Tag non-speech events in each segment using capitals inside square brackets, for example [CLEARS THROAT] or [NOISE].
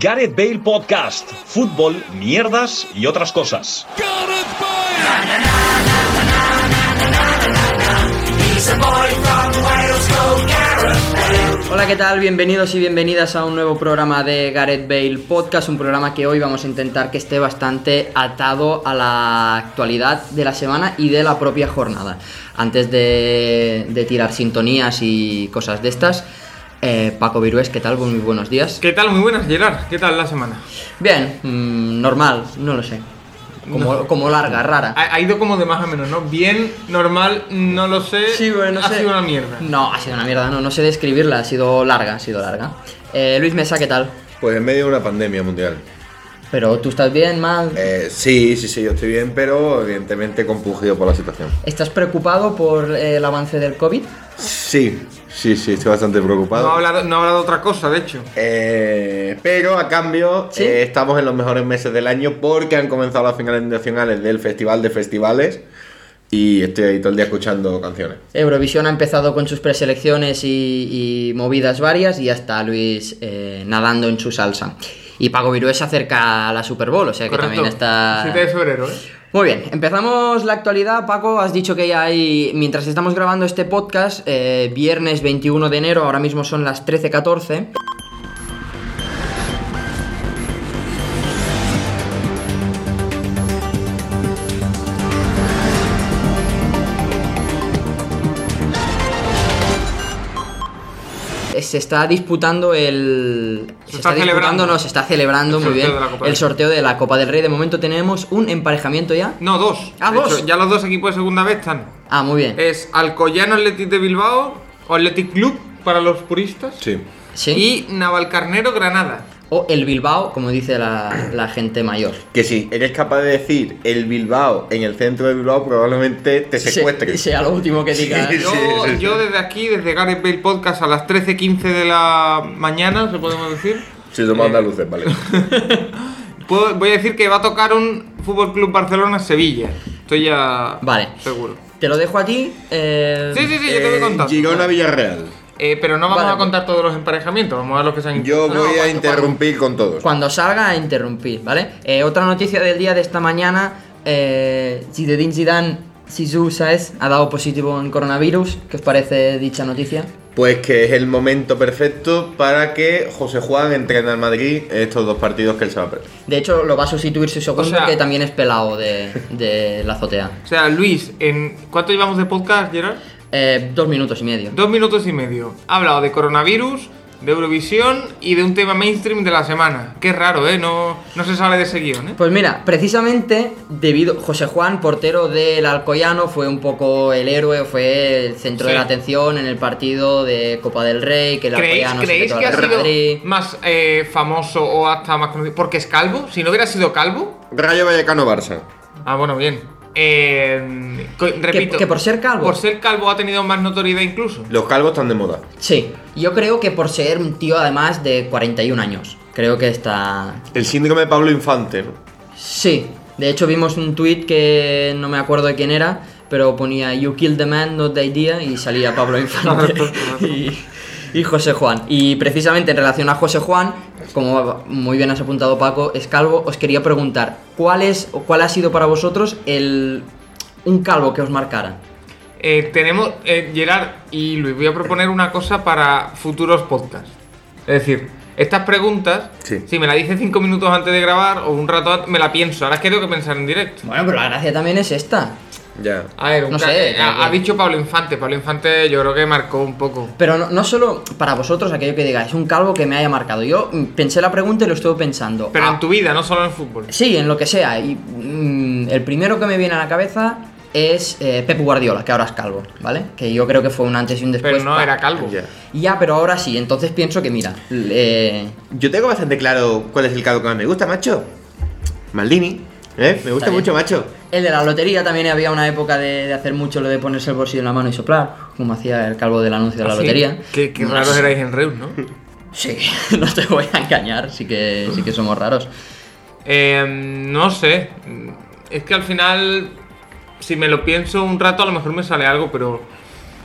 Gareth Bale Podcast, fútbol, mierdas y otras cosas. Hola, ¿qué tal? Bienvenidos y bienvenidas a un nuevo programa de Gareth Bale Podcast, un programa que hoy vamos a intentar que esté bastante atado a la actualidad de la semana y de la propia jornada. Antes de, de tirar sintonías y cosas de estas, eh, Paco Virués, ¿qué tal? Muy buenos días. ¿Qué tal? Muy buenas, Gerard. ¿Qué tal la semana? Bien, mm, normal, no lo sé. Como, como larga, rara. Ha, ha ido como de más a menos, ¿no? Bien, normal, no lo sé. Sí, bueno, no ha sé. sido una mierda. No, ha sido una mierda, no, no sé describirla, ha sido larga, ha sido larga. Eh, Luis Mesa, ¿qué tal? Pues en medio de una pandemia mundial. Pero tú estás bien, mal. Eh, sí, sí, sí, yo estoy bien, pero evidentemente compungido por la situación. ¿Estás preocupado por eh, el avance del COVID? Sí, sí, sí, estoy bastante No ha preocupado. hablado, no ha hablado otra cosa, de hecho. Eh, pero a cambio, Sí. eh, estamos en los mejores meses del año porque han comenzado las finales nacionales del Festival de Festivales y estoy ahí todo el día escuchando canciones. Eurovisión ha empezado con sus preselecciones y, y movidas varias y ya está Luis eh, nadando en su salsa. Y Paco Virués se acerca a la Super Bowl, o sea que también está... 7 de febrero, ¿eh? Muy bien, empezamos la actualidad. Paco, has dicho que ya hay, mientras estamos grabando este podcast, eh, viernes 21 de enero, ahora mismo son las 13.14. Eh, Se está disputando el. Se está celebrando. no, se está celebrando El muy bien sorteo de la Copa el del- sorteo de la Copa del Rey. De momento tenemos un emparejamiento ya. No, dos. Ah, De dos. hecho, ya los dos equipos de segunda vez están. Ah, muy bien. Es Alcoyano Athletic de Bilbao, o Athletic Club para los puristas. Sí. Sí. Y Navalcarnero Granada. O el Bilbao, como dice la, la gente mayor. Que si eres capaz de decir el Bilbao en el centro de Bilbao, probablemente te secuestre. Se- Sea lo último que diga. ¿eh? Sí, Yo, sí, sí. yo desde aquí, desde Gareth Bale Podcast a las 13.15 de la mañana, se podemos decir. Si somos Eh, andaluces, vale. Puedo- voy a decir que va a tocar un Fútbol Club Barcelona Sevilla. Estoy ya Vale. seguro. Te lo dejo a ti. eh, Sí, sí, sí, yo te voy Eh, contando. Girona Villarreal. Eh, pero no vamos Vale. a contar todos los emparejamientos, vamos a ver los que se han Yo No, voy a cuando- interrumpir con todos. Cuando salga, interrumpir, ¿vale? Eh, otra noticia del día de esta mañana. Eh, Zinedine Zidane, Zizou Saez, ha dado positivo en coronavirus. ¿Qué os parece dicha noticia? Pues que es el momento perfecto para que José Juan entrene al Madrid estos dos partidos que él se va a perder. De hecho, lo va a sustituir su segundo, O sea- que también es pelado de, de la azotea. O sea, Luis, en ¿cuánto llevamos de podcast, Gerard? Eh, dos minutos y medio. Dos minutos y medio. Ha hablado de coronavirus, de Eurovisión y de un tema mainstream de la semana. Qué raro, ¿eh? No, no se sale de ese guión, ¿eh? Pues mira, precisamente debido José Juan, portero del Alcoyano, fue un poco el héroe, fue el centro Sí. de la atención en el partido de Copa del Rey, que pues el ¿Creéis, Alcoyano creéis se que metió ha al Real sido Madrid. más eh, famoso o hasta más conocido? Porque es calvo. Si no hubiera sido calvo. Rayo Vallecano Barça. Ah, bueno, bien. Eh, co- repito. que por ser calvo. Por ser calvo ha tenido más notoriedad incluso. Los calvos están de moda. Sí, yo creo que por ser un tío además de 41 años, creo que está... El síndrome de Pablo Infante, ¿no? Sí, de hecho vimos un tweet que no me acuerdo de quién era, pero ponía You kill the man, not the idea, y salía Pablo [LAUGHS] Infante [LAUGHS] y, y José Juan. Y precisamente en relación a José Juan, como muy bien has apuntado Paco, es calvo, os quería preguntar, ¿cuál, es, o cuál ha sido para vosotros el, un calvo que os marcara? Eh, tenemos, eh, Gerard y Luis, voy a proponer una cosa para futuros podcasts. Es decir, estas preguntas, Sí. si me la dices cinco minutos antes de grabar o un rato antes, me la pienso. Ahora quiero que pensar en directo. Bueno, pero la gracia también es esta. Ya. A ver, un No ca- sé, eh, creo ha, que- ha dicho Pablo Infante. Pablo Infante yo creo que marcó un poco. Pero no, no solo para vosotros aquello que digáis, un calvo que me haya marcado. Yo mm, pensé la pregunta y lo estuve pensando. Pero Ah, en tu vida, no solo en el fútbol. Sí, en lo que sea. Y mm, el primero que me viene a la cabeza es eh, Pep Guardiola, que ahora es calvo, ¿vale? Que yo creo que fue un antes y un después. Pero no pues pa- era calvo. Ya. Ya, pero ahora sí. Entonces pienso que, mira, eh, Yo tengo bastante claro cuál es el calvo que más me gusta, macho. Maldini. ¿Eh? Me gusta bien. mucho, macho. el de la lotería también había una época de, de hacer mucho lo de ponerse el bolsillo en la mano y soplar, como hacía el calvo del anuncio de la Ah, Sí. lotería. Qué, qué raros erais en Reus, ¿no? Sí, [LAUGHS] no te voy a engañar, sí que, sí que somos raros. Eh, no sé. Es que al final, si me lo pienso un rato, a lo mejor me sale algo, pero.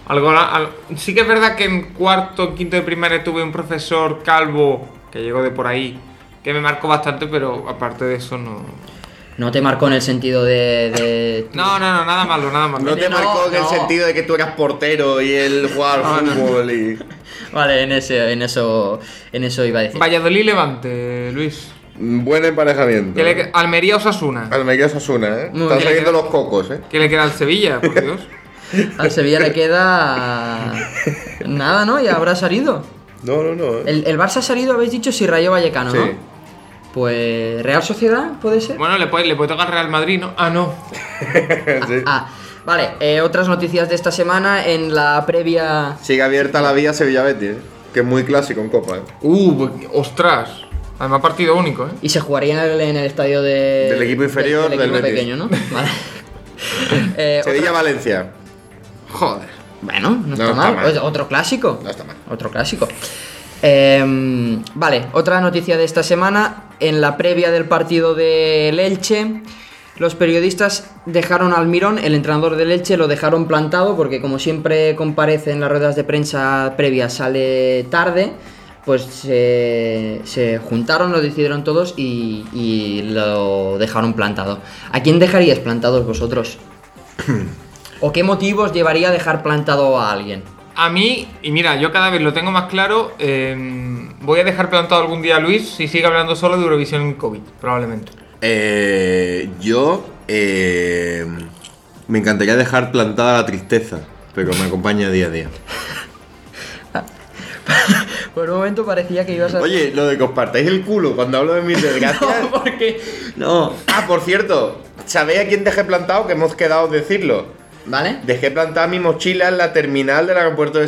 Algo, al- sí que es verdad que en cuarto, quinto de primaria tuve un profesor calvo que llegó de por ahí, que me marcó bastante, pero aparte de eso no. No te marcó en el sentido de. [LAUGHS] de- No, no, no, nada malo, nada malo. No te No, marcó en el no. sentido de que tú eras portero y él jugaba al fútbol y. Vale, en ese, en eso, en eso iba a decir. Valladolid Levante, Luis. Buen emparejamiento. Que le- Almería Osasuna. Almería Sasuna, ¿eh? Muy Están bien. saliendo los cocos, ¿eh? Que le queda al Sevilla, por Dios. Al Sevilla le queda nada, ¿no? Ya habrá salido. No, no, no. ¿eh? El, el Barça ha salido, habéis dicho, si Rayo Vallecano, ¿no? Sí. Pues Real Sociedad, puede ser. Bueno, le puede, le puede tocar Real Madrid, ¿no? Ah, no. Sí. Ah, vale. eh, otras noticias de esta semana en la previa. Sigue abierta la vía Sevilla-Betis, ¿eh? que es muy clásico en Copa. ¿eh? Uh, pues, ostras. Además, partido único, ¿eh? Y se jugaría en el, en el estadio de- Del equipo inferior del, equipo del Betis. pequeño, ¿no? Vale. [LAUGHS] Eh, otra- Sevilla-Valencia. Joder. Bueno, no, está, está mal. mal. Oye, Pues Otro clásico. No está mal. Otro clásico. Eh, vale, otra noticia de esta semana. En la previa del partido del Elche, los periodistas dejaron al Mirón, el entrenador del Elche, lo dejaron plantado porque como siempre comparece en las ruedas de prensa previa, sale tarde. Pues se, se juntaron, lo decidieron todos y, y lo dejaron plantado. ¿A quién dejaríais plantados [CLEARS THROAT] vosotros? ¿O qué motivos llevaría a dejar plantado a alguien? A mí, y mira, yo cada vez lo tengo más claro, eh, voy a dejar plantado algún día a Luis si sigue hablando solo de Eurovisión en COVID, probablemente. Eh, yo eh, me encantaría dejar plantada la tristeza, pero me acompaña día a día. Por un momento parecía que ibas a. Oye, lo de que os partáis el culo cuando hablo [LAUGHS] de mis desgracias. no, porque. No. Ah, por cierto, ¿sabéis a quién dejé plantado? Que hemos quedado decirlo. ¿Vale? Dejé plantada mi mochila en la terminal del aeropuerto de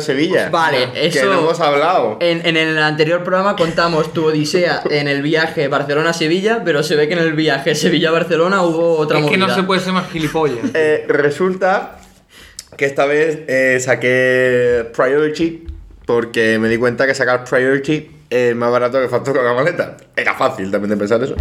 Pues Sevilla. Vale, Que eso- eh, no hemos hablado. En, en el anterior programa contamos tu odisea en el viaje Barcelona-Sevilla, pero se ve que en el viaje Sevilla-Barcelona hubo otra es que no movida. se puede ser más [LAUGHS] gilipollas. Eh, resulta que esta vez eh, saqué Priority porque me di cuenta que sacar Priority es más barato que factura con la maleta. Era fácil también de pensar eso.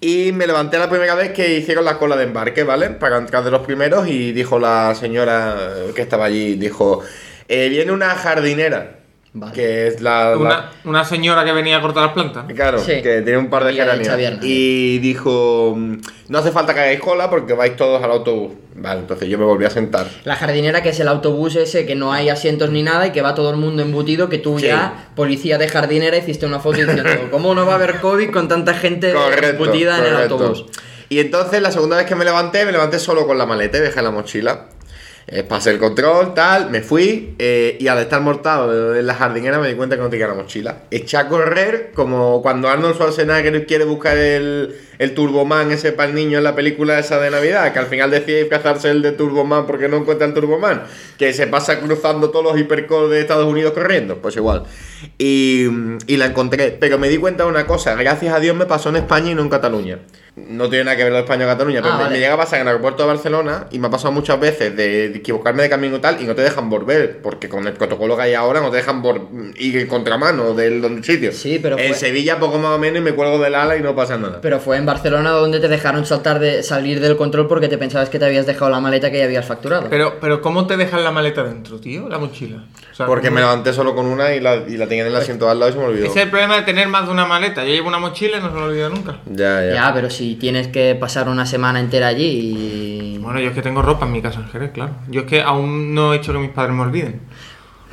Y me levanté la primera vez que hicieron la cola de embarque, ¿vale? Para entrar de los primeros y dijo la señora que estaba allí, dijo, "Eh, viene una jardinera, Vale. que es la... la- Una, una señora que venía a cortar las plantas. Claro, Sí. que tiene un par de Amiga de Xavi geranios. Hernández. Y dijo, mm, no hace falta que hagáis cola porque vais todos al autobús. Vale, entonces yo me volví a sentar. La jardinera, que es el autobús ese que no hay asientos ni nada y que va todo el mundo embutido, que tú Sí. ya, policía de jardinera, hiciste una foto [LAUGHS] diciendo, ¿cómo no va a haber COVID con tanta gente embutida en el correcto. autobús? Y entonces la segunda vez que me levanté, me levanté solo con la maleta y dejé la mochila. Eh, pasé el control, tal, me fui eh, y al estar mortado en la jardinera me di cuenta que no tenía la mochila. Eché a correr como cuando Arnold Schwarzenegger quiere buscar el, el Turboman ese para el niño en la película esa de Navidad, que al final decide disfrazarse el de Turboman porque no encuentra el Turboman, que se pasa cruzando todos los hipercodes de Estados Unidos corriendo, pues igual. Y, y la encontré, pero me di cuenta de una cosa, gracias a Dios me pasó en España y no en Cataluña. No tiene nada que ver lo de España o Cataluña, pero Ah, me- vale. me llega a pasar en el aeropuerto de Barcelona y me ha pasado muchas veces de equivocarme de camino y tal y no te dejan volver, porque con el protocolo que hay ahora no te dejan vol- ir en contramano del, del sitio. Sí, pero En fue- Sevilla poco más o menos y me cuelgo del ala y no pasa nada. Pero fue en Barcelona donde te dejaron saltar de salir del control porque te pensabas que te habías dejado la maleta que ya habías facturado. Pero, pero ¿cómo te dejan la maleta dentro, tío? La mochila. O sea, Porque ¿cómo- me levanté solo con una y la, y la tenía en el asiento de al lado y se me olvidó. Ese es el problema de tener más de una maleta. Yo llevo una mochila y no se me olvida nunca. Ya, ya. Ya, pero si tienes que pasar una semana entera allí y... Bueno, yo es que tengo ropa en mi casa en Jerez, claro. Yo es que aún no he hecho que mis padres me olviden.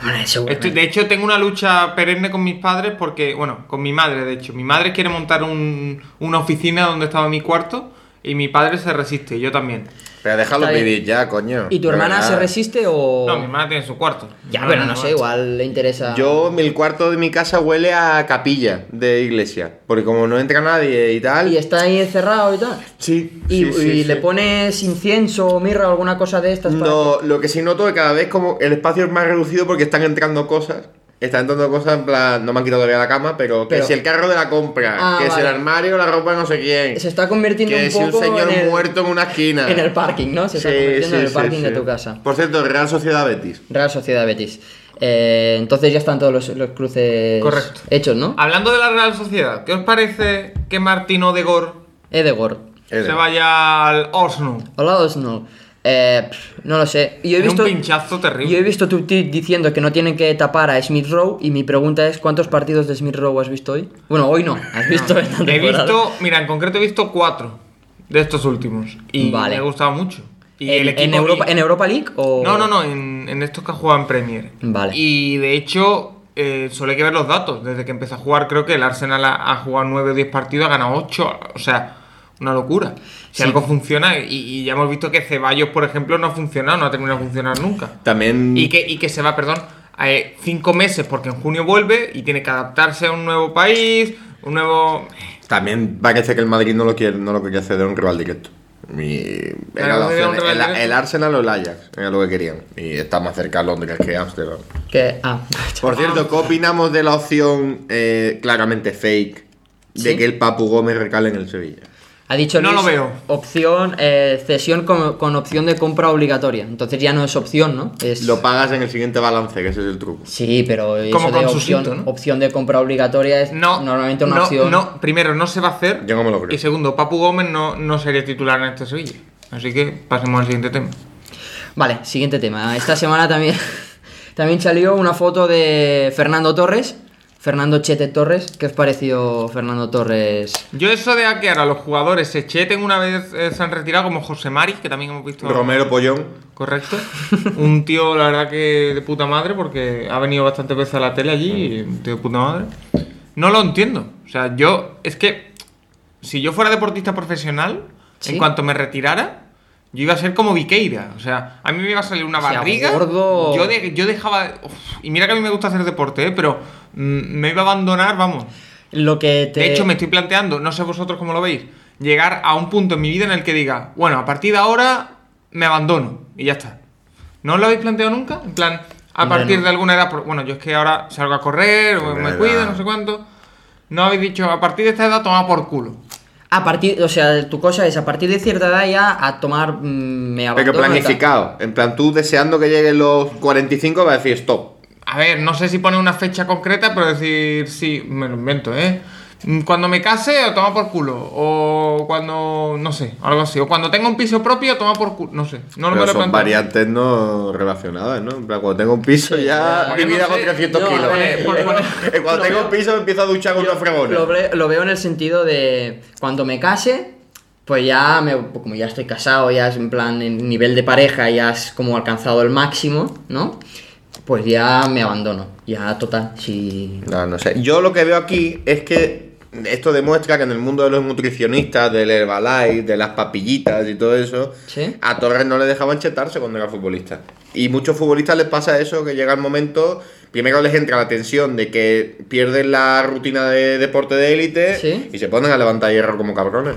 Vale, seguramente. Estoy- de hecho, tengo una lucha perenne con mis padres porque, bueno, con mi madre, de hecho. Mi madre quiere montar un- una oficina donde estaba mi cuarto y mi padre se resiste, y yo también. Pero déjalo Está bien. vivir ya, coño. ¿Y tu De hermana verdad. se resiste o...? No, mi madre tiene su cuarto. Ya, Mi pero madre no va. sé, igual le interesa... Yo, el cuarto de mi casa huele a capilla de iglesia. Porque como no entra nadie y tal. Y está ahí encerrado y tal. Sí, Y, sí, sí, y sí. le pones incienso o mirra o alguna cosa de estas. para- No, lo que sí noto es que cada vez como el espacio es más reducido porque están entrando cosas. Están entrando cosas en plan, no me han quitado todavía la cama, pero que Pero- si el carro de la compra, Ah, que si el vale. armario, la ropa, no sé quién. Se está convirtiendo Que un si un poco señor en, el, muerto en una esquina. en el parking, ¿no? Se está Sí, convirtiendo sí, en el sí, parking de sí. tu casa. Por cierto, Real Sociedad Betis. Real Sociedad Betis. Eh, entonces ya están todos los, los cruces Correcto. Ah. hechos, ¿no? Hablando de la Real Sociedad, ¿qué os parece que Martino de Gor Edegor. Eder. se vaya al Osno? Hola, Osno. Eh, pff, no lo sé. Yo he Era visto, un pinchazo terrible. yo he visto tu tweet diciendo que no tienen que tapar a Smith Rowe y mi pregunta es ¿cuántos partidos de Smith Rowe has visto hoy? Bueno, hoy [LAUGHS] no. Has visto esta He temporada? visto, mira, en concreto he visto cuatro de estos últimos. Y Vale. me ha gustado mucho. Y ¿En, el equipo- en Europa, y- ¿En Europa League o...? No, no, no, en, en estos que ha jugado en Premier. Vale. Y de hecho, eh, solo hay que ver los datos. Desde que empezó a jugar, creo que el Arsenal ha, ha jugado 9 o 10 partidos, ha ganado 8. O sea, una locura. Si Sí. algo funciona, y, y ya hemos visto que Ceballos, por ejemplo, no ha funcionado, no ha terminado de funcionar nunca. Mm. También. Y que, y que se va, perdón, a eh, cinco meses porque en junio vuelve y tiene que adaptarse a un nuevo país, un nuevo... También parece que el Madrid no lo quiere, no lo quería ceder a un rival directo. Y era no la quería opción. un rival El, directo. el Arsenal o el Ajax, era lo que querían. Y está más cerca Londres que Ámsterdam. Que, ah, [LAUGHS] Por cierto, ¿qué opinamos de la opción eh, claramente fake de Sí. que el Papu Gómez recale en el Sevilla? ha dicho No Luis, lo veo. opción, eh, cesión con, con opción de compra obligatoria. Entonces ya no es opción, ¿no? Es... Lo pagas en el siguiente balance, que ese es el truco. Sí, pero eso Como de con opción, Susito, ¿no? opción de compra obligatoria es No, normalmente una no, opción. no, primero, no se va a hacer. Yo no me lo creo. Y segundo, Papu Gómez no, no sería titular en este Sevilla. Así que pasemos al siguiente tema. Vale, siguiente tema. Esta semana también, [LAUGHS] también salió una foto de Fernando Torres. Fernando Chete Torres. ¿Qué os pareció Fernando Torres? Yo eso de que ahora los jugadores se cheten una vez eh, se han retirado, como José Mari, que también hemos visto... Romero Pollón. Correcto. Un tío, la verdad que de puta madre, porque ha venido bastantes veces a la tele allí, y un tío de puta madre. No lo entiendo. O sea, yo, es que, si yo fuera deportista profesional, Sí. en cuanto me retirara, yo iba a ser como Viqueira. O sea, a mí me iba a salir una O sea, barriga. gordo. Yo, de- yo dejaba... uf, y mira que a mí me gusta hacer deporte, ¿eh? pero mm, me iba a abandonar, vamos. Lo que te... De hecho, me estoy planteando, no sé vosotros cómo lo veis, llegar a un punto en mi vida en el que diga, bueno, a partir de ahora me abandono y ya está. ¿No os lo habéis planteado nunca? En plan, a Hombre, partir no. de alguna edad, por- bueno, yo es que ahora salgo a correr, o Hombre, me cuido, edad. no sé cuánto. No habéis dicho, a partir de esta edad toma por culo. A partir, o sea, tu cosa es a partir de cierta edad ya a tomar... mm, me Pero abandono y tal. planificado. En plan, tú deseando que lleguen los 45 vas a decir stop. A ver, no sé si pone una fecha concreta, pero decir, sí, me lo invento, ¿eh? Mm, Cuando me case, o toma por culo. O cuando, no sé, algo así. O cuando tenga un piso propio, toma por culo. No sé, no lo me Pero lo he planteado. son variantes no relacionadas, ¿no? En plan, cuando tengo un piso Sí, ya ya. mi vida Yo no con sé. 300 No, a kilos. ver, [LAUGHS] por- por- Eh, [LAUGHS] lo cuando tengo un piso me empiezo a duchar con una fregona. Lo, ve- lo veo en el sentido de cuando me case, pues ya me, como ya estoy casado, ya es en plan en nivel de pareja, ya has como alcanzado el máximo, ¿no? Pues ya me abandono. Ya total, si No, no sé. Yo lo que veo aquí es que esto demuestra que en el mundo de los nutricionistas, del Herbalife, de las papillitas y todo eso, Sí. a Torres no le dejaban chetarse cuando era futbolista. Y muchos futbolistas les pasa eso, que llega el momento, primero les entra la tensión de que pierden la rutina de deporte de élite Sí. y se ponen a levantar hierro como cabrones.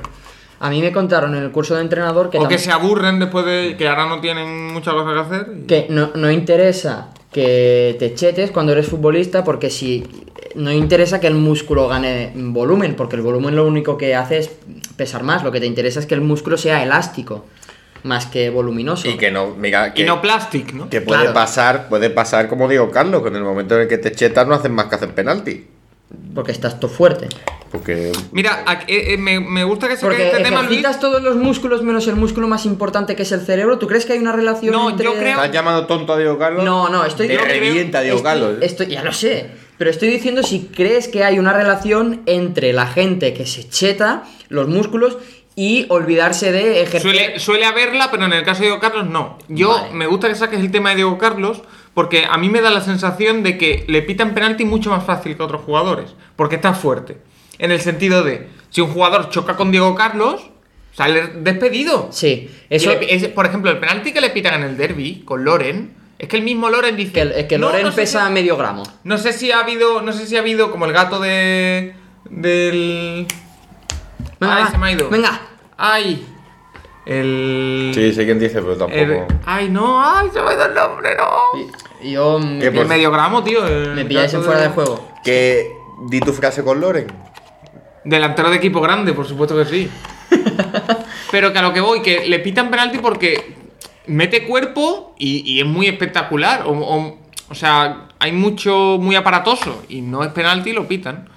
A mí me contaron en el curso de entrenador que, O que tam- se aburren después de que ahora no tienen muchas cosas que hacer. y- que no, no interesa que te chetes cuando eres futbolista porque si no interesa que el músculo gane volumen, porque el volumen lo único que hace es pesar más, lo que te interesa es que el músculo sea elástico más que voluminoso. Y que no, mira, Y que, no plastic, ¿no? que puede Claro. pasar, puede pasar como digo Carlos, que en el momento en el que te chetas no hacen más que hacer penalti. Porque estás todo fuerte. Porque Mira, a- eh, eh, me, me gusta que se Porque este tema, Luis. ejercitas todos los músculos menos el músculo más importante que es el cerebro. ¿Tú crees que hay una relación No, entre- yo creo- ¿Estás llamando tonto a Diego Carlos? No, no, estoy... Te yo creo- revienta Diego estoy- Carlos. ¿eh? estoy- Ya lo sé. Pero estoy diciendo si crees que hay una relación entre la gente que se cheta los músculos y olvidarse de ejercitar... Suele, suele haberla, pero en el caso de Diego Carlos no. Yo Vale. me gusta que saques el tema de Diego Carlos porque a mí me da la sensación de que le pitan penalti mucho más fácil que otros jugadores. Porque está fuerte. En el sentido de, si un jugador choca con Diego Carlos, sale despedido. Sí, Y eso... le- ese- por ejemplo, el penalti que le pitan en el derby con Loren, es que el mismo Loren dice... Que, el- que "No, Loren no sé pesa si- medio gramo. No sé si ha habido, no sé si ha habido como el gato de del Venga, Ay, va. se Ah, me ha ido. Venga. Ay. El Sí, sé quién dice, pero tampoco. Eh, el- ay, no, ay, se me ha ido el nombre, no. Y- Yo me, Que El por- medio gramo, tío. el me pilláis gato en fuera de juego. Que di tu frase con Loren. Delantero de equipo grande, por supuesto que [LAUGHS] sí. Pero que a lo que voy, que le pitan penalti porque mete cuerpo y, y es muy espectacular. O, o- o sea, hay mucho muy aparatoso y no es penalti y lo pitan.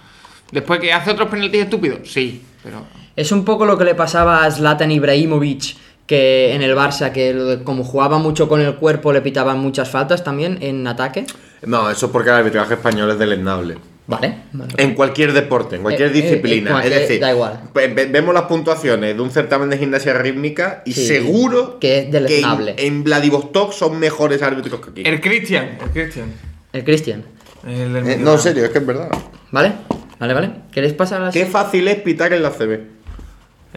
Después que hace otros penaltis estúpidos, sí, pero Es un poco lo que le pasaba a Zlatan Ibrahimovic, que en el Barça, que lo de- como jugaba mucho con el cuerpo le pitaban muchas faltas también en ataque. No, eso es porque el arbitraje español es deleznable. Vale. vale. En cualquier deporte, en cualquier Eh, eh, disciplina. en cualquier- es decir, da igual. ve- ve- vemos las puntuaciones de un certamen de gimnasia rítmica y Sí, seguro que es deleznable. Eh, en, en Vladivostok son mejores árbitros que aquí. El Christian, el Christian. El Cristian. El del Eh, no, en Milan. serio, es que es verdad. ¿Vale? ¿Vale, vale? ¿Queréis pasar a la Qué siguiente? fácil es pitar en la CB.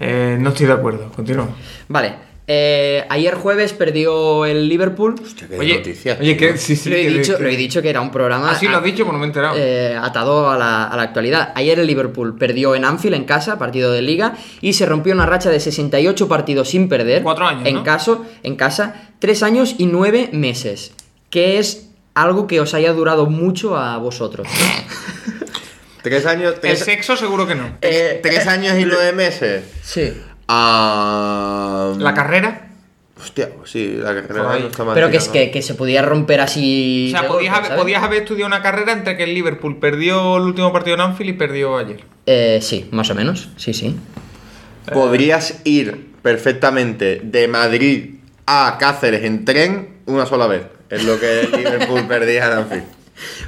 Eh, no estoy de acuerdo, continúa. Vale. Eh, ayer jueves perdió el Liverpool. Oye, oye, que sí, sí, lo, he que- dicho, que- lo he dicho que era un programa. Así lo a- has dicho, pero no me he enterado. eh, atado a la, a la actualidad. Ayer el Liverpool perdió en Anfield, en casa, partido de liga, y se rompió una racha de 68 partidos sin perder. Cuatro años, En, ¿no? caso, en casa, tres años y nueve meses. Que es algo que os haya durado mucho a vosotros. Tres años, el tres, sexo seguro que no. eh, tres años y nueve meses. sí. Ah, La carrera. Hostia, sí, la carrera Por ahí. no está mal Pero que es tirada. que, que se podía romper O así. sea, de podías golpe, haber, ¿sabes? podías haber estudiado una carrera entre que el Liverpool perdió el último partido en Anfield y perdió ayer. Eh, sí, más o menos. Sí, sí. Podrías ir perfectamente de Madrid a Cáceres en tren una sola vez. Es [LAUGHS] lo que el Liverpool perdía en Anfield.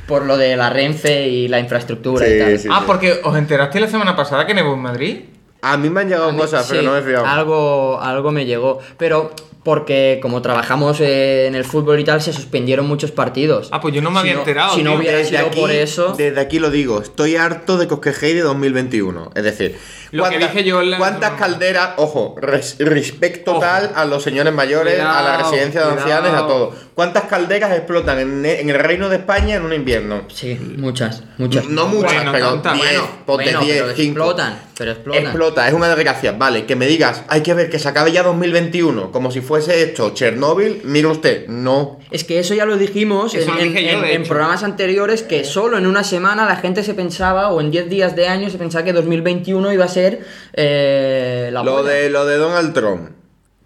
Por lo de la Renfe y la infraestructura y Sí, tal. sí. ah, porque os enteraste la semana pasada que nevó en Madrid. A mí me han llegado cosas, pero Sí, no me he fijado. Algo, algo me llegó. Pero porque como trabajamos eh, en el fútbol y tal, se suspendieron muchos partidos. Ah, pues yo no me Si había enterado, Si no tío. hubiera sido por eso. desde aquí lo digo, estoy harto de que os quejéis de 2021. Es decir, Lo que dije yo en la- ¿cuántas calderas? Ojo, res- respecto Ojo. tal a los señores mayores, a la Cuidado, residencia de ancianos, a cuidado. todo. ¿Cuántas calderas explotan en, en el Reino de España en un invierno? Sí, muchas, muchas. No muchas, Bueno, pero tantas. 10, Bueno, ponte bueno, 10, pero 5. explotan, pero explotan. Explota, es una desgracia. Vale, que me digas, hay que ver que se acabe ya 2021, como si fuese esto, Chernóbil, mire usted, no. Es que eso ya lo dijimos Eso en, lo dije en- yo, en- de en hecho. programas anteriores que solo en una semana la gente se pensaba, o en 10 días de año, se pensaba que 2021 iba a ser eh, la Lo buena. de, lo de Donald Trump.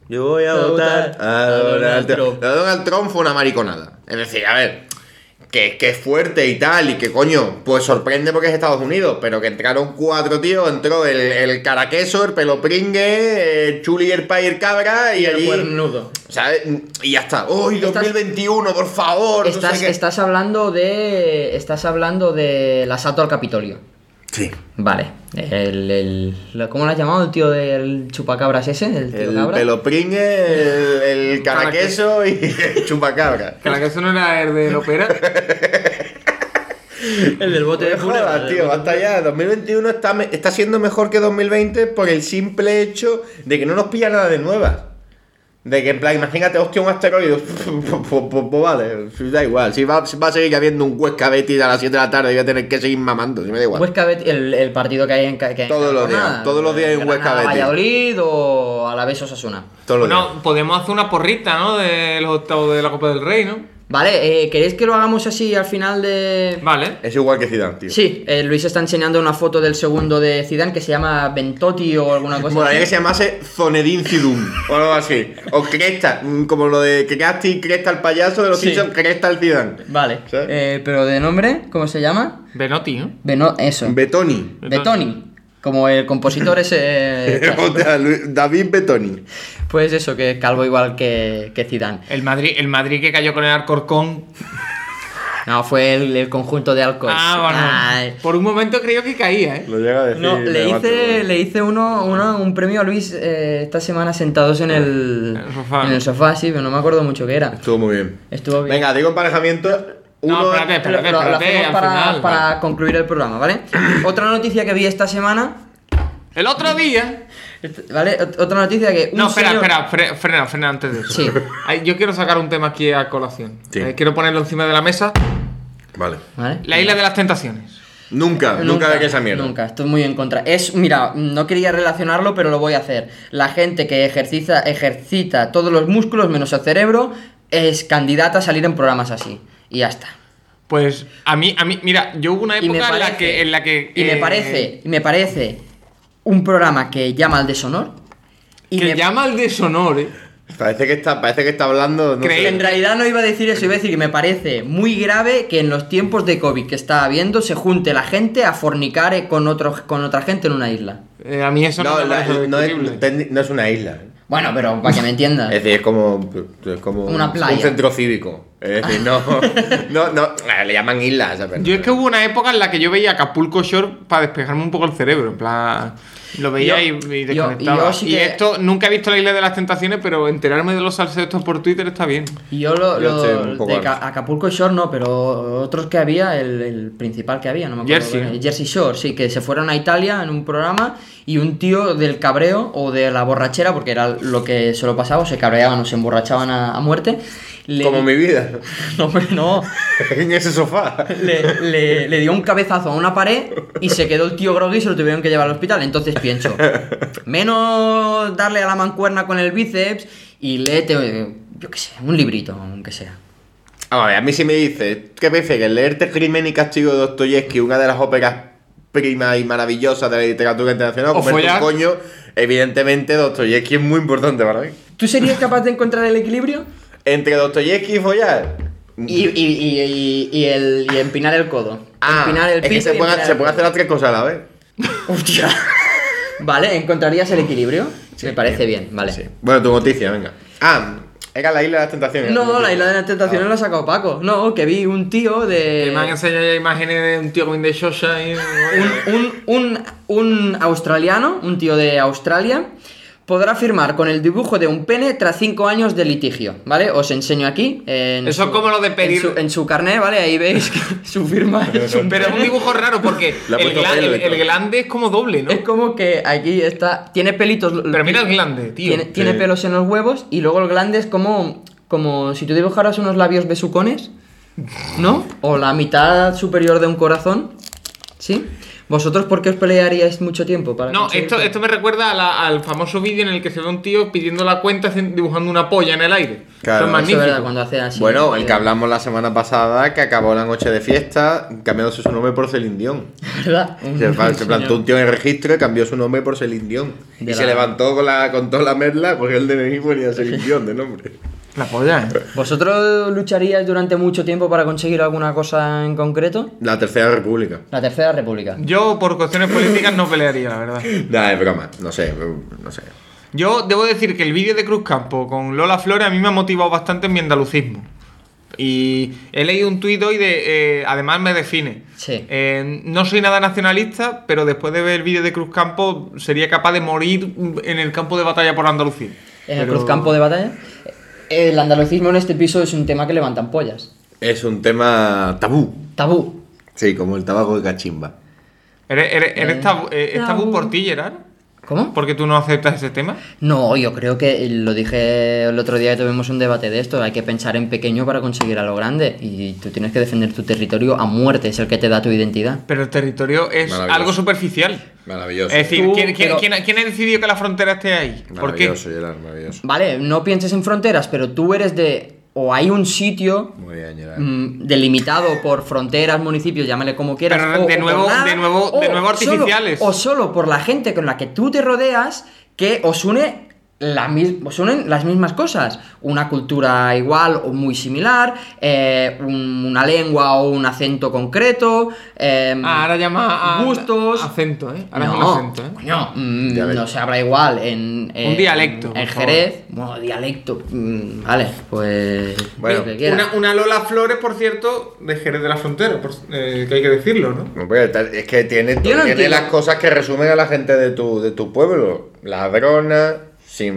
Yo voy a Voy a votar votar a Donald Trump. Trump. Lo de Donald Trump fue una mariconada. Es decir, a ver, que, que es fuerte y tal, y que coño, pues sorprende porque es Estados Unidos, pero que entraron cuatro tíos, entró el, el caraqueso, el pelopringue, el chuli, el pay, el cabra, y, El allí... cuernudo. ¿sabes? Y ya está. ¡Uy, Estás- 2021, por favor! no sé Estás, qué! estás hablando de. Estás hablando del asalto al Capitolio. Sí. Vale. El, el- lo- ¿Cómo lo has llamado el tío del chupacabras ese? El tío El cabra. pelopringue, el, el caraqueso y el chupacabra. Que la que eso no era el del [LAUGHS] ópera. El del bote de No fuera. jodas, tío, hasta ya. 2021 está, me- está siendo mejor que 2020 por el simple hecho de que no nos pilla nada de nuevas. De que, en plan, imagínate, hostia, un asteroide. [LAUGHS] Pues vale, da igual. Si va, si va a seguir habiendo un Huesca Betis a las 7 de la tarde, voy a tener que seguir mamando. Si me da igual. Huesca Bet- el, el partido que hay en. ca- Que hay en Todos los Tarragona, días, todos los días hay un Granada, Huesca Betis. Valladolid o a la vez Osasuna. Todos los días. Bueno, podemos hacer una porrita, ¿no? De los octavos de la Copa del Rey, ¿no? Vale, eh, ¿queréis que lo hagamos así al final de.? Vale. Es igual que Zidane, tío. Sí, eh, Luis está enseñando una foto del segundo de Zidane que se llama Bentotti o [LAUGHS] alguna cosa Moraría así. que se llamase Zonedin Zidum o algo así. O Cresta, mm, como lo de Cresti, Cresta el payaso de los Sí. Simpsons, Cresta el Zidane. Vale, Sí. eh, pero de nombre, ¿cómo se llama? Benotti, ¿no? Beno eso. Betoni. Betoni. Como el [LAUGHS] compositor ese. eh, [LAUGHS] O sea, Lu- David Betoni. pues eso, que es calvo igual que, que Zidane. El Madrid, el Madrid que cayó con el Alcorcón. No, fue el, el conjunto de Alcoy. Ah, bueno. Ay. Por un momento creo que caía, ¿eh? Lo llega a decir. No, le Leandro. hice, le hice uno, uno- un premio a Luis eh, esta semana sentados en el, el sofá. en el sofá, sí, pero no me acuerdo mucho qué era. Estuvo muy bien. Estuvo bien. Venga, digo emparejamiento. Uno. No, espérate, Lo- espérate, lo- lo espérate, hacemos al para, final. para concluir el programa, ¿vale? Otra noticia que vi esta semana, El otro día. este- ¿vale? Ot- Otra noticia que... un No, espera, señor- espera, fre- frena, frena antes de eso. Sí. Ay, Yo quiero sacar un tema aquí a colación. Sí. Eh, quiero ponerlo encima de la mesa. Vale. ¿Vale? La isla de las tentaciones. Nunca, nunca, ve que esa mierda. Nunca, estoy muy en contra. Es, mira, no quería relacionarlo, pero lo voy a hacer. La gente que ejercita, ejercita todos los músculos menos el cerebro es candidata a salir en programas así. Y ya está. Pues a mí, a mí, mira, yo hubo una Y me época en la parece- que. En la que y me eh, parece, y me parece un programa que llama al deshonor. Y que me- llama al deshonor, ¿eh? Parece que está, parece que está hablando. No Creí- sé. En realidad no iba a decir eso, iba a decir que me parece muy grave que en los tiempos de COVID que está habiendo se junte la gente a fornicar eh, con, otro, con otra gente en una isla. Eh, a mí eso no, No, me la- parece no es, discutible. no es una isla. Bueno, pero para que me entiendas. [LAUGHS] Es decir, es como, es como Una playa. un centro cívico. Es decir, no, no, no, ah, le llaman islas. o sea, pero- Yo es que hubo una época en la que yo veía Acapulco Shore para despejarme un poco el cerebro, en plan... Lo veía Yo- y, y yo- desconectaba. yo sí Y que- esto, nunca he visto la Isla de las Tentaciones, pero enterarme de los salseos estos por Twitter está bien. Y yo lo, Yo lo- estoy un poco de harto. Ca- Acapulco Shore no, pero otros que había, el, el principal que había, no me acuerdo. Jersey. cuál era, Jersey Shore, sí, que se fueron a Italia en un programa y un tío del cabreo o de la borrachera, porque era lo que se lo pasaba, o se cabreaban o se emborrachaban a, a muerte. le- Como mi vida. [LAUGHS] [LAUGHS] No, hombre, no. en ese sofá. Le, le- le dio un cabezazo a una pared y se quedó el tío groggy y se lo tuvieron que llevar al hospital. Entonces pienso, menos darle a la mancuerna con el bíceps y léete, eh, yo qué sé, un librito, aunque sea. Vamos a ver, a mí si me dices, ¿qué prefieres? ¿Leerte Crimen y Castigo de Dostoyevsky, una de las óperas primas y maravillosas de la literatura internacional? O O comerte un follar. coño, evidentemente Dostoyevsky es muy importante para mí. ¿Tú serías capaz de encontrar el equilibrio? Entre Dostoyevsky y follar. Y, y, y, y- y el, y empinar el codo. Ah, empinar el es que pito se y pueden, empinar se el pueden hacer codo. las tres cosas a la vez. Hostia. [LAUGHS] Vale, ¿encontrarías el equilibrio? Me parece bien, vale. Sí. Bueno, tu noticia, venga. Ah, era la isla de las tentaciones. No, la isla de las tentaciones la ha sacado Paco. No, que vi un tío de. me han enseñado ya imágenes de un tío como de Shosha y... un, un- un australiano, un tío de Australia, podrá firmar con el dibujo de un pene tras cinco años de litigio, ¿vale? Os enseño aquí. en Eso es como lo de pedir- En su, en su carnet, ¿vale? Ahí veis que [LAUGHS] su firma es un Pero es un pene. dibujo raro [LAUGHS] porque Le ha el, puesto gla- pelo el- y el todo. glande es como doble, ¿no? Es como que aquí está. Tiene pelitos. Pero mira el glande, tío. Tiene, tiene Sí. pelos en los huevos y luego el glande es como. Como si tú dibujaras unos labios besucones, ¿no? O la mitad superior de un corazón, ¿sí? ¿Vosotros por qué os pelearíais mucho tiempo para No, conseguir esto, que- esto me recuerda a la- al famoso vídeo en el que se ve un tío pidiendo la cuenta haciendo- dibujando una polla en el aire. Eso Claro, es eso Eso es magnífico. verdad, cuando hace así. eh, Bueno, el que hablamos la semana pasada, que acabó la noche de fiesta cambiándose su nombre por Celine Dion. [LAUGHS] ¿Verdad? Se, fa- Un se plantó señor. un tío en el registro y cambió su nombre por Celine Dion. De y se la- levantó con, la, con toda la merla porque el DNI ponía Celine Dion de nombre. La polla, ¿eh? ¿Vosotros lucharíais durante mucho tiempo para conseguir alguna cosa en concreto? La Tercera República. La Tercera República. Yo por cuestiones políticas no pelearía, la verdad. Nah, es broma. No sé, no sé. Yo debo decir que el vídeo de Cruz Campo con Lola Flores a mí me ha motivado bastante en mi andalucismo. Y he leído un tuit hoy de. eh, además me define. Sí. Eh, no soy nada nacionalista, pero después de ver el vídeo de Cruz Campo sería capaz de morir en el campo de batalla por Andalucía. En el Pero- cruzcampo de batalla. El andalucismo en este piso es un tema que levantan pollas. Es un tema tabú. Tabú. Sí, como el tabaco de cachimba. ¿Eres, eres- eres Eh, tabú, eh, es tabú tabú. por ti, Gerard? ¿Cómo? ¿Por qué tú no aceptas ese tema? No, yo creo que lo dije el otro día que tuvimos un debate de esto. Hay que pensar en pequeño para conseguir a lo grande. Y tú tienes que defender tu territorio a muerte, es el que te da tu identidad. Pero el territorio es Maravilloso. algo superficial. Es Maravilloso. decir, Tú, ¿quién, quién- pero- quién ha- quién ha decidido que la frontera esté ahí? ¿Por qué? Maravilloso, Gerard, maravilloso. Vale, no pienses en fronteras, pero tú eres de. O hay un sitio Muy bien, Gerard. mm, delimitado por fronteras, municipios, llámale como quieras. Pero o- de o nuevo- por de nuevo- de o nuevo artificiales. solo- o solo por la gente con la que tú te rodeas que os une. La mis- os unen las mismas cosas, una cultura igual o muy similar, eh, un- una lengua o un acento concreto, em, Ah, ahora llama a gustos. Acento, ¿eh? Ahora es No, un acento, ¿eh? coño, mm, Dialecto. no se habla igual en, en- dialecto, en por favor. Jerez, bueno, dialecto, mm, vale, pues Bueno, lo que quieras. Una, una Lola Flores, por cierto, de Jerez de la Frontera, por- eh, que hay que decirlo, ¿no? No, pero tal- es que tiene, Yo no tiene entiendo. las cosas que resumen a la gente de tu, de tu pueblo. Ladrona,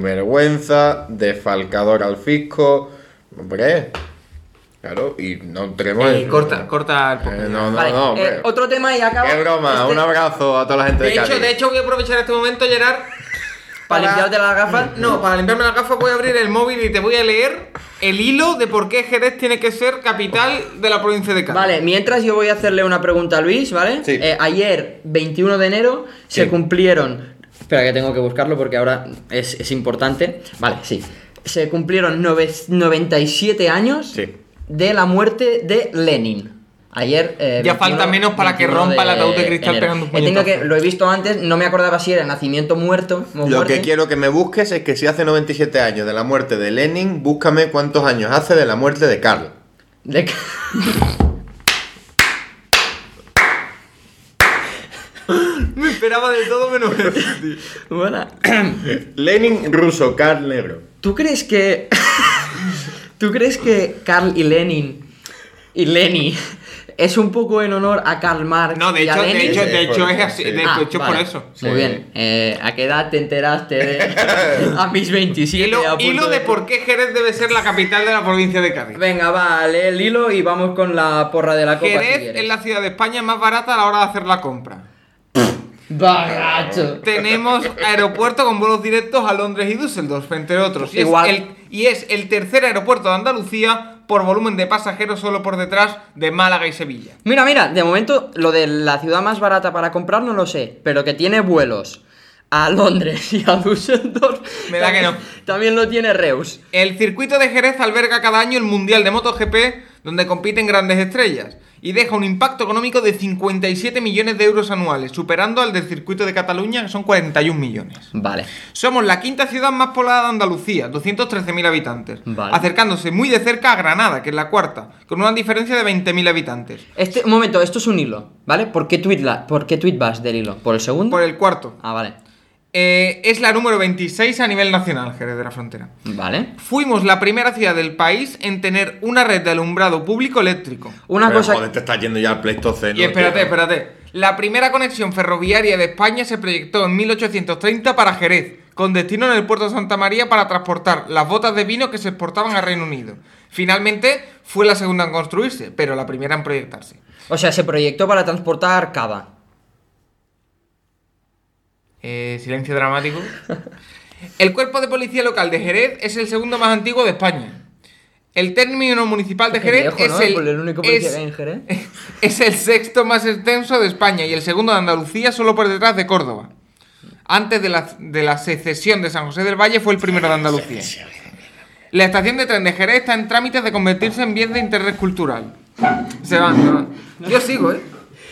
sinvergüenza, desfalcador al fisco. Hombre, claro, y no tenemos... Eh, corta, corta el Eh, podcast. no, no, Vale, no, eh, hombre. otro tema y acaba. Qué broma, este, un abrazo a toda la gente de, De hecho, Cádiz. de hecho, voy a aprovechar este momento, Gerard. [LAUGHS] Para limpiarte las gafas. No, para limpiarme las gafas voy a abrir el móvil y te voy a leer el hilo de por qué Jerez tiene que ser capital de la provincia de Cádiz. Vale, mientras yo voy a hacerle una pregunta a Luis, ¿vale? Sí. Eh, ayer, 21 de enero, se Sí. cumplieron. Espera, que tengo que buscarlo porque ahora es, es importante. Vale, sí. Se cumplieron nove- 97 años Sí. de la muerte de Lenin. Ayer. eh, Ya falta menos para que rompa el ataúd de cristal enero. pegando un Eh, tengo puñetazo. que Lo he visto antes, no me acordaba si era nacimiento muerto o Lo muerte. que quiero que me busques es que si hace 97 años de la muerte de Lenin, búscame cuántos años hace de la muerte de Carl. De- Me esperaba de todo menos eso, tío. [LAUGHS] Bueno, Lenin ruso, Karl negro. ¿tú crees que. [LAUGHS] ¿Tú crees que Karl y Lenin. Y Lenny. Es un poco en honor a Karl Marx. No, [LAUGHS] de y a hecho, de Lenin? hecho, de Sí, hecho por- es así. sí. De Ah, hecho, es por vale. eso. Muy Sí. bien. Eh, ¿A qué edad te enteraste [LAUGHS] de.? a mis 27. Hilo, a punto hilo de por qué Jerez debe ser la capital de la provincia de Cádiz. Venga, va, lee el hilo y vamos con la porra de la copa. si Jerez quieres. es la ciudad de España más barata a la hora de hacer la compra. Bagacho. [LAUGHS] Tenemos aeropuerto con vuelos directos a Londres y Düsseldorf, entre otros. Y es, Igual. el, y es el tercer aeropuerto de Andalucía por volumen de pasajeros, solo por detrás de Málaga y Sevilla. Mira, mira, de momento lo de la ciudad más barata para comprar no lo sé, pero que tiene vuelos a Londres y a Düsseldorf. Me da que no. También lo tiene Reus. El circuito de Jerez alberga cada año el Mundial de MotoGP, donde compiten grandes estrellas, y deja un impacto económico de 57 millones de euros anuales, superando al del circuito de Cataluña, que son 41 millones. Vale. Somos la quinta ciudad más poblada de Andalucía, 213.000 habitantes, Vale. acercándose muy de cerca a Granada, que es la cuarta, con una diferencia de 20.000 habitantes. Este, un momento, esto es un hilo, ¿vale? ¿Por qué tweet, la- ¿por qué tweet vas del hilo? ¿Por el segundo? Por el cuarto. Ah, vale. Eh, es la número 26 a nivel nacional, Jerez de la Frontera. Vale. Fuimos la primera ciudad del país en tener una red de alumbrado público eléctrico. Una Pero, cosa. Joder, te estás yendo ya al Pleistoceno. Y espérate, tío. espérate. La primera conexión ferroviaria de España se proyectó en 1830 para Jerez, con destino en el puerto de Santa María para transportar las botas de vino que se exportaban al Reino Unido. Finalmente fue la segunda en construirse, pero la primera en proyectarse. O sea, se proyectó para transportar cava. Eh, silencio dramático. El cuerpo de policía local de Jerez es el segundo más antiguo de España. El término municipal de Qué Jerez viejo, es, ¿no? el, Por el único policía es- que hay en Jerez. es el sexto más extenso de España y el segundo de Andalucía, solo por detrás de Córdoba. Antes de la, de la secesión de San José del Valle fue el primero de Andalucía. La estación de tren de Jerez está en trámites de convertirse en bien de interés cultural. Se van, se van. Yo sigo, ¿eh?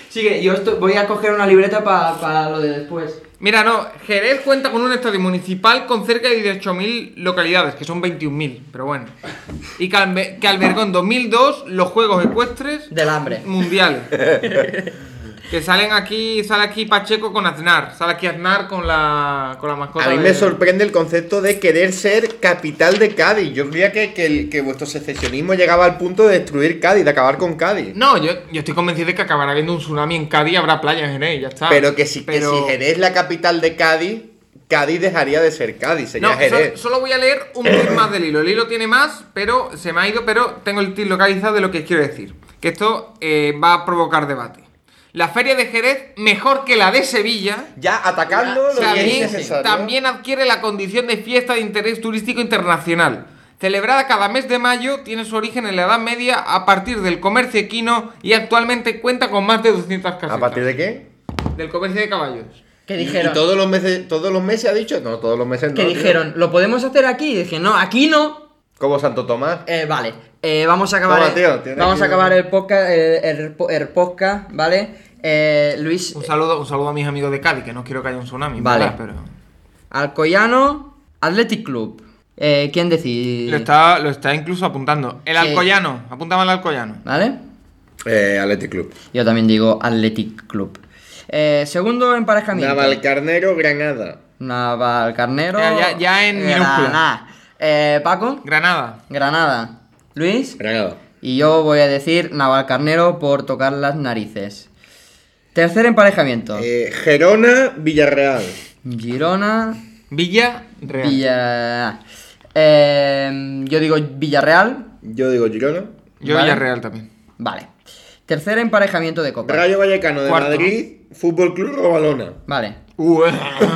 Sigue, yo esto- voy a coger una libreta para lo de después. Mira, no, Jerez cuenta con un estadio municipal con cerca de 18.000 localidades, que son 21.000, pero bueno. Y que, albe- que albergó en 2002 los Juegos Ecuestres Del hambre. Mundiales. que salen aquí, sale aquí Pacheco con Aznar, sale aquí Aznar con la, con la mascota. A mí de- me sorprende el concepto de querer ser capital de Cádiz. Yo creía que, que, el- que vuestro secesionismo llegaba al punto de destruir Cádiz, de acabar con Cádiz. No, yo, yo estoy convencido de que acabará habiendo un tsunami en Cádiz y habrá playa en Jerez, ya está. Pero Ah, que si, que Pero- si Jerez es la capital de Cádiz, Cádiz dejaría de ser Cádiz, sería No, Jerez. solo, solo voy a leer un tweet más del hilo. El hilo tiene más, pero se me ha ido, pero tengo el tweet localizado de lo que quiero decir. Que esto eh, va a provocar debate. La feria de Jerez, mejor que la de Sevilla, Ya Ah, atacando lo que es también, necesario. también adquiere la condición de fiesta de interés turístico internacional. Celebrada cada mes de mayo, tiene su origen en la Edad Media a partir del comercio equino y actualmente cuenta con más de 200 casetas. ¿A partir de qué? Del comercio de caballos. Que ¿Y- dijeron, ¿Y todos los meses, todos los meses ha dicho? No, todos los meses no. que tío. dijeron, ¿lo podemos hacer aquí? Y dije, no, aquí no. Como Santo Tomás. Eh, vale, eh, vamos a acabar, Toma, el- tío, tiene vamos aquí a acabar un- el podcast, el, el po- el podcast, ¿vale? Eh, Luis Un saludo, un saludo a mis amigos de Cádiz, que no quiero que haya un tsunami. Vale. ¿verdad? Pero... Alcoyano, Athletic Club. Eh, ¿Quién decide? Lo está, lo está incluso apuntando. El Sí. Alcoyano, apuntaba al Alcoyano. ¿Vale? Eh, Athletic Club. Yo también digo Athletic Club. Eh, segundo emparejamiento. Navalcarnero, Granada. Navalcarnero. Ya- ya- ya en minúscula. Granada. Eh, Paco, Granada. Granada. Luis. Granada. Y yo voy a decir Navalcarnero por tocar las narices. Tercer emparejamiento. Eh, Gerona, Villarreal. Girona, Villa Real. Villa... Eh, yo digo Villarreal. Yo digo Girona. Yo Vale. Villarreal también. Vale. Tercer emparejamiento de Copa. Rayo Vallecano de Cuarto. Madrid, Fútbol Club Robalona. Vale. Uh,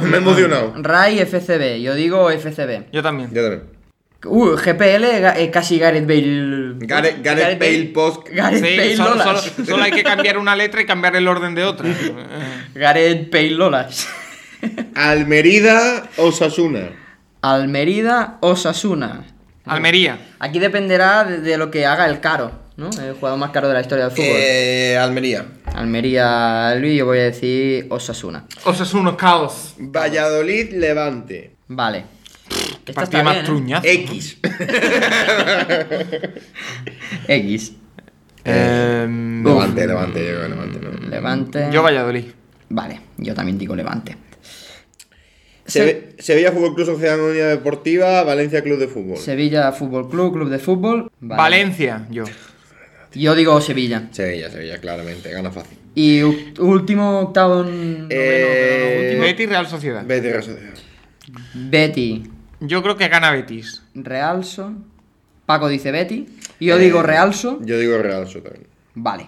Me he [LAUGHS] emocionado. Rai FCB. Yo digo FCB. [LAUGHS] Yo también. Yo también. Uh, GPL, ga- eh, casi Gareth Bale... Gareth- Gareth Bale post- [LAUGHS] Gareth Bale Sí, solo, Lolas. solo- solo hay que cambiar una letra y cambiar el orden de otra. Eh, [LAUGHS] Gareth Bale Lolas. [LAUGHS] Almerida, Osasuna. Almerida, Osasuna. Almería. Aquí dependerá de, de lo que haga el caro, ¿no? El jugador más caro de la historia del fútbol. Eh, Almería. Almería, Luis, yo voy a decir Osasuna. Osasuna, caos. Valladolid, Levante. Vale. Qué Esta partido está más bien, ¿eh? truñazo. X. X. Em, [LAUGHS] Levante, Levante, yo creo que Levante. ¿no? Levante. Eh, eh, yo Valladolid. Vale, yo también digo Levante. Se- Se- Sevilla Fútbol Club Sociedad Anónima Deportiva, Valencia Club de Fútbol. Sevilla Fútbol Club, Club de Fútbol. Vale. Valencia, yo. Yo digo Sevilla. Sevilla, Sevilla, claramente, gana fácil. Y u- último, octavo, noveno, Eh, noveno, Betis, Real Sociedad. Betis Real Sociedad. último. Betty, Yo creo que gana Betis. Realso. Paco dice Betty. Yo Eh, digo Realso. Yo digo Realso también. Vale.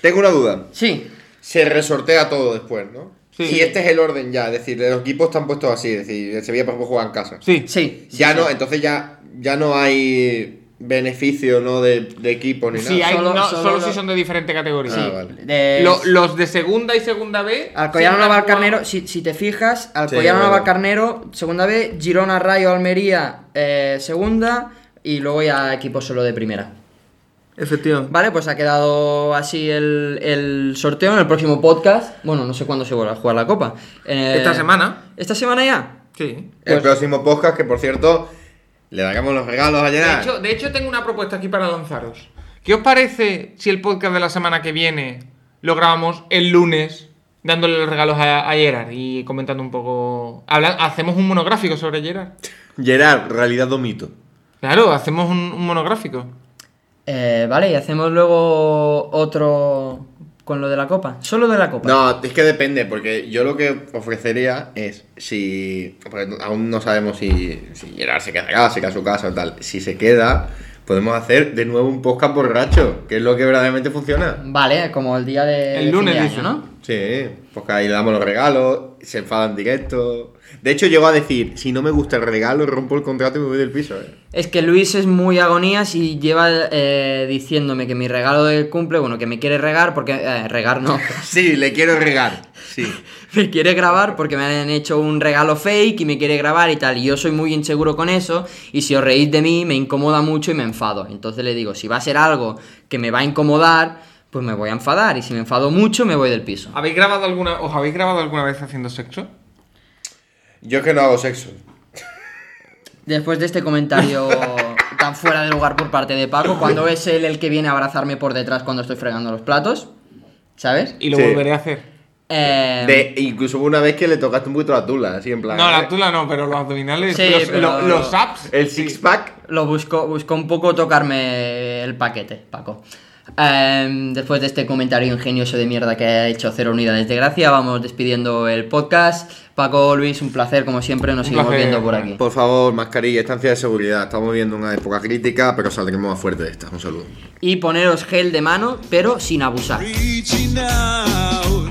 Tengo una duda. Sí, Se resortea todo después, ¿no? Sí. Y este es el orden ya, es decir, los equipos están puestos así, es decir, el Sevilla por ejemplo juega en casa. Sí. sí. sí, ya sí. no, entonces ya, ya no hay beneficio, ¿no? De, de equipo ni Sí, nada. hay, Solo- no, solo solo, lo- si son de diferente categoría. Ah, vale. De- Lo- los de segunda y segunda B. Alcoyano siempre han Navalcarnero, jugado- si, si te fijas, es Alcoyano verdad. Navalcarnero, segunda B, Girona Rayo Almería, eh, segunda, y luego ya equipos solo de primera. Efectivamente. Vale, pues ha quedado así el, el sorteo en el próximo podcast. Bueno, no sé cuándo se vuelve a jugar la copa. Eh, Esta semana. ¿Esta semana ya? Sí. El próximo podcast, que por cierto, le daremos los regalos a De Gerard. hecho, de hecho, tengo una propuesta aquí para lanzaros. ¿Qué os parece si el podcast de la semana que viene lo grabamos el lunes, dándole los regalos a, a Gerard y comentando un poco. habla- hacemos un monográfico sobre Gerard. Gerard, realidad o mito. Claro, hacemos un, un monográfico. Eh, vale, y hacemos luego otro con lo de la copa. Solo de la copa. No, es que depende, porque yo lo que ofrecería es si. porque no- aún no sabemos si, si Gerard se queda acá, se queda a su casa o tal. Si se queda, podemos hacer de nuevo un podcast borracho, que es lo que verdaderamente funciona. Vale, como el día de. El de lunes, fin de dice. año, ¿no? Sí, porque ahí le damos los regalos, se enfadan directo. De hecho, llegó a decir: si no me gusta el regalo, rompo el contrato y me voy del piso. [LAUGHS] eh. Es que Luis es muy agonías y lleva eh, diciéndome que mi regalo de cumple, bueno, que me quiere regar, porque. eh, regar no. Sí, le quiero regar. Sí. [LAUGHS] me quiere grabar porque me han hecho un regalo fake y me quiere grabar y tal. Y yo soy muy inseguro con eso. Y si os reís de mí, me incomoda mucho y me enfado. Entonces le digo, si va a ser algo que me va a incomodar, pues me voy a enfadar. Y si me enfado mucho, me voy del piso. ¿Habéis grabado alguna, ¿Os habéis grabado alguna vez haciendo sexo? Yo es que no hago sexo. Después de este comentario tan fuera de lugar por parte de Paco, cuando es él el que viene a abrazarme por detrás cuando estoy fregando los platos, ¿sabes? Y lo Sí. volveré a hacer. Eh, De, incluso hubo una vez que le tocaste un poquito la tula, así en plan. No, eh, la tula no, pero los abdominales, Sí, los, pero- lo- los abs. El sí. six-pack. Lo buscó, buscó un poco tocarme el paquete, Paco. Em, después de este comentario ingenioso de mierda que ha hecho Cero Unidades de Gracia, vamos despidiendo el podcast. Paco, Luis, un placer, como siempre, nos Un seguimos placer. viendo por aquí. Por favor, mascarilla, estancia de seguridad. Estamos viviendo una época crítica, pero saldremos más fuerte de esta. Un saludo. Y poneros gel de mano, pero sin abusar. Reaching out.